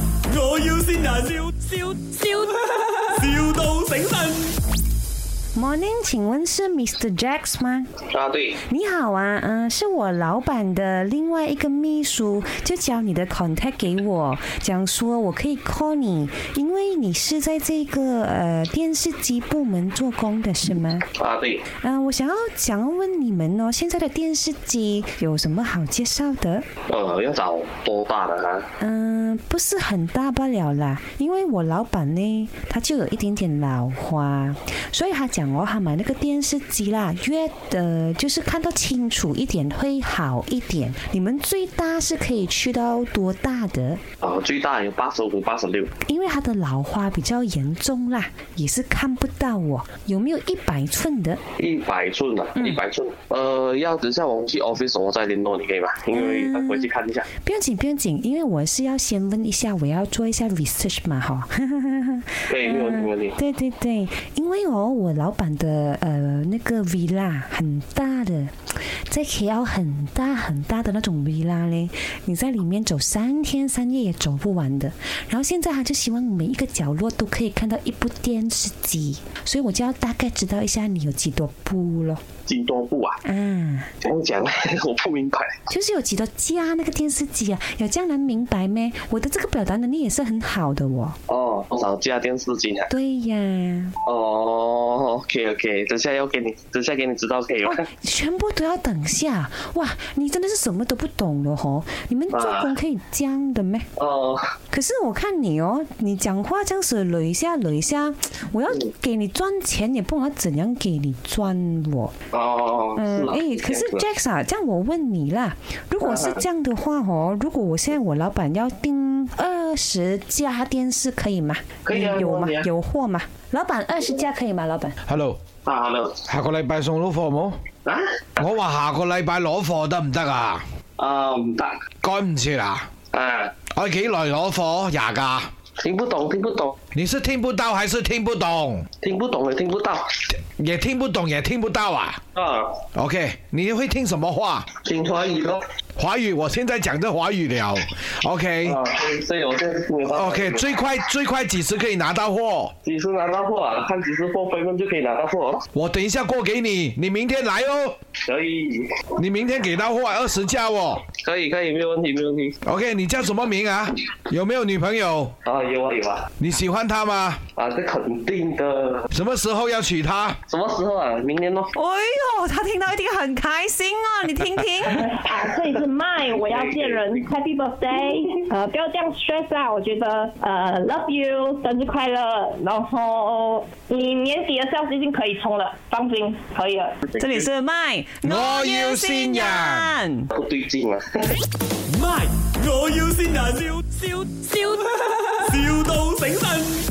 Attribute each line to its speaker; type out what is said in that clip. Speaker 1: 要先人，笑笑笑，,笑到醒神。
Speaker 2: Morning，请问是 Mr. Jacks 吗？
Speaker 3: 啊，对，
Speaker 2: 你好啊，嗯、是我老板的另外一个秘书，就将你的 contact 给我，讲说我可以 call 你，因为你是在这个呃电视机部门做工的是吗？
Speaker 3: 啊，对，
Speaker 2: 嗯、我想要想要问你们哦，现在的电视机有什么好介绍的？
Speaker 3: 呃，要找多大的啊？
Speaker 2: 嗯，不是很大不了啦，因为我老板呢，他就有一点点老花，所以他讲哦，他买那个电视机啦，越呃就是看到清楚一点会好一点。你们最大是可以去到多大的？
Speaker 3: 呃，最大有八十五、八十六，
Speaker 2: 因为他的老花比较严重啦，也是看不到哦。有没有一百寸的？
Speaker 3: 一百寸啊，一百寸。呃，要等下我们去 office 我再联络你，可以吗？因为呃回去看一下。
Speaker 2: 不用紧，不用紧，因为我是要先问一下，我要做一下 research 嘛，哈。
Speaker 3: 可以，没有问题，没有问题。
Speaker 2: 嗯对对对，因为哦，我老板的呃那个 villa 很大的，在 KL 很大很大的那种 villa 嘞，你在里面走三天三夜也走不完的。然后现在他就希望每一个角落都可以看到一部电视机，所以我就要大概知道一下你有几多部咯。
Speaker 3: 进多步啊，
Speaker 2: 啊，
Speaker 3: 这样讲 我不明白。
Speaker 2: 就是有几多家那个电视机啊，有这样能明白咩？我的这个表达能力也是很好的哦。
Speaker 3: 哦，多少架电视机啊？
Speaker 2: 对呀，
Speaker 3: 哦，OK OK，等下要给你，等下给你知道可以吗？
Speaker 2: 哇，哦全部都要等下，哇，你真的是什么都不懂的哦吼！你们做工可以这样的咩？
Speaker 3: 哦，
Speaker 2: 可是我看你哦，你讲话这样子捋一下捋一下，我要
Speaker 3: 嗯
Speaker 2: 给你赚钱也不懂要怎样给你赚我。
Speaker 3: 哦，
Speaker 2: 嗯，
Speaker 3: 啊
Speaker 2: 诶，可是
Speaker 3: 这样
Speaker 2: Jack 啊，这样我问你啦，如果是这样的话哦，如果我现在我老板要订二十架电视可以吗？
Speaker 3: 可以啊
Speaker 2: 你有吗
Speaker 3: 没问题啊？
Speaker 2: 有货吗？老板二十架可以吗？老板？
Speaker 4: Hello，
Speaker 3: 子啊，hello
Speaker 4: 下個禮拜送到貨冇？
Speaker 3: 啊，
Speaker 4: 我話下個禮拜攞貨得唔得啊？
Speaker 3: 啊唔得
Speaker 4: 趕唔切啊！
Speaker 3: 啊，
Speaker 4: 我幾耐攞貨廿架？
Speaker 3: 听不懂，听不懂，
Speaker 4: 你是聽不到還是聽不懂？
Speaker 3: 听不懂也听不到
Speaker 4: 也聽不懂也聽不到啊
Speaker 3: 啊，
Speaker 4: ？OK，你会聽什麼話？
Speaker 3: 听华语咯。
Speaker 4: 華語，我現在講的華語了。OK，OK，、
Speaker 3: 啊，所以我现在没有办法。
Speaker 4: 最快最快几时可以拿到貨？
Speaker 3: 几时拿到货啊？看几时货分分就可以拿到货哦。
Speaker 4: 我等一下過給你，你明天來哦。
Speaker 3: 可以，
Speaker 4: 你明天給到貨二十架哦。
Speaker 3: 可以，可以，没有问题，没有问题。
Speaker 4: OK，你叫什麼名啊？有沒有女朋友？
Speaker 3: 啊，有啊，有啊，
Speaker 4: 你喜歡她嗎？
Speaker 3: 啊，这肯定的。
Speaker 4: 什麼時候要娶她？
Speaker 3: 什么时候啊？明年咯。
Speaker 2: 哎呦，他听到一定很开心哦，你听听。
Speaker 5: 啊，这里是麦，我要见人，Happy Birthday！呃，不要这样 stress 啊，我觉得呃，Love you，生日快乐。然后你年底的 sales 已经可以冲了，放心，可以了。
Speaker 2: 这里是麦，
Speaker 4: 我要先人。
Speaker 3: 不对劲啊！
Speaker 1: My，我要先人，笑笑笑，,笑到醒神。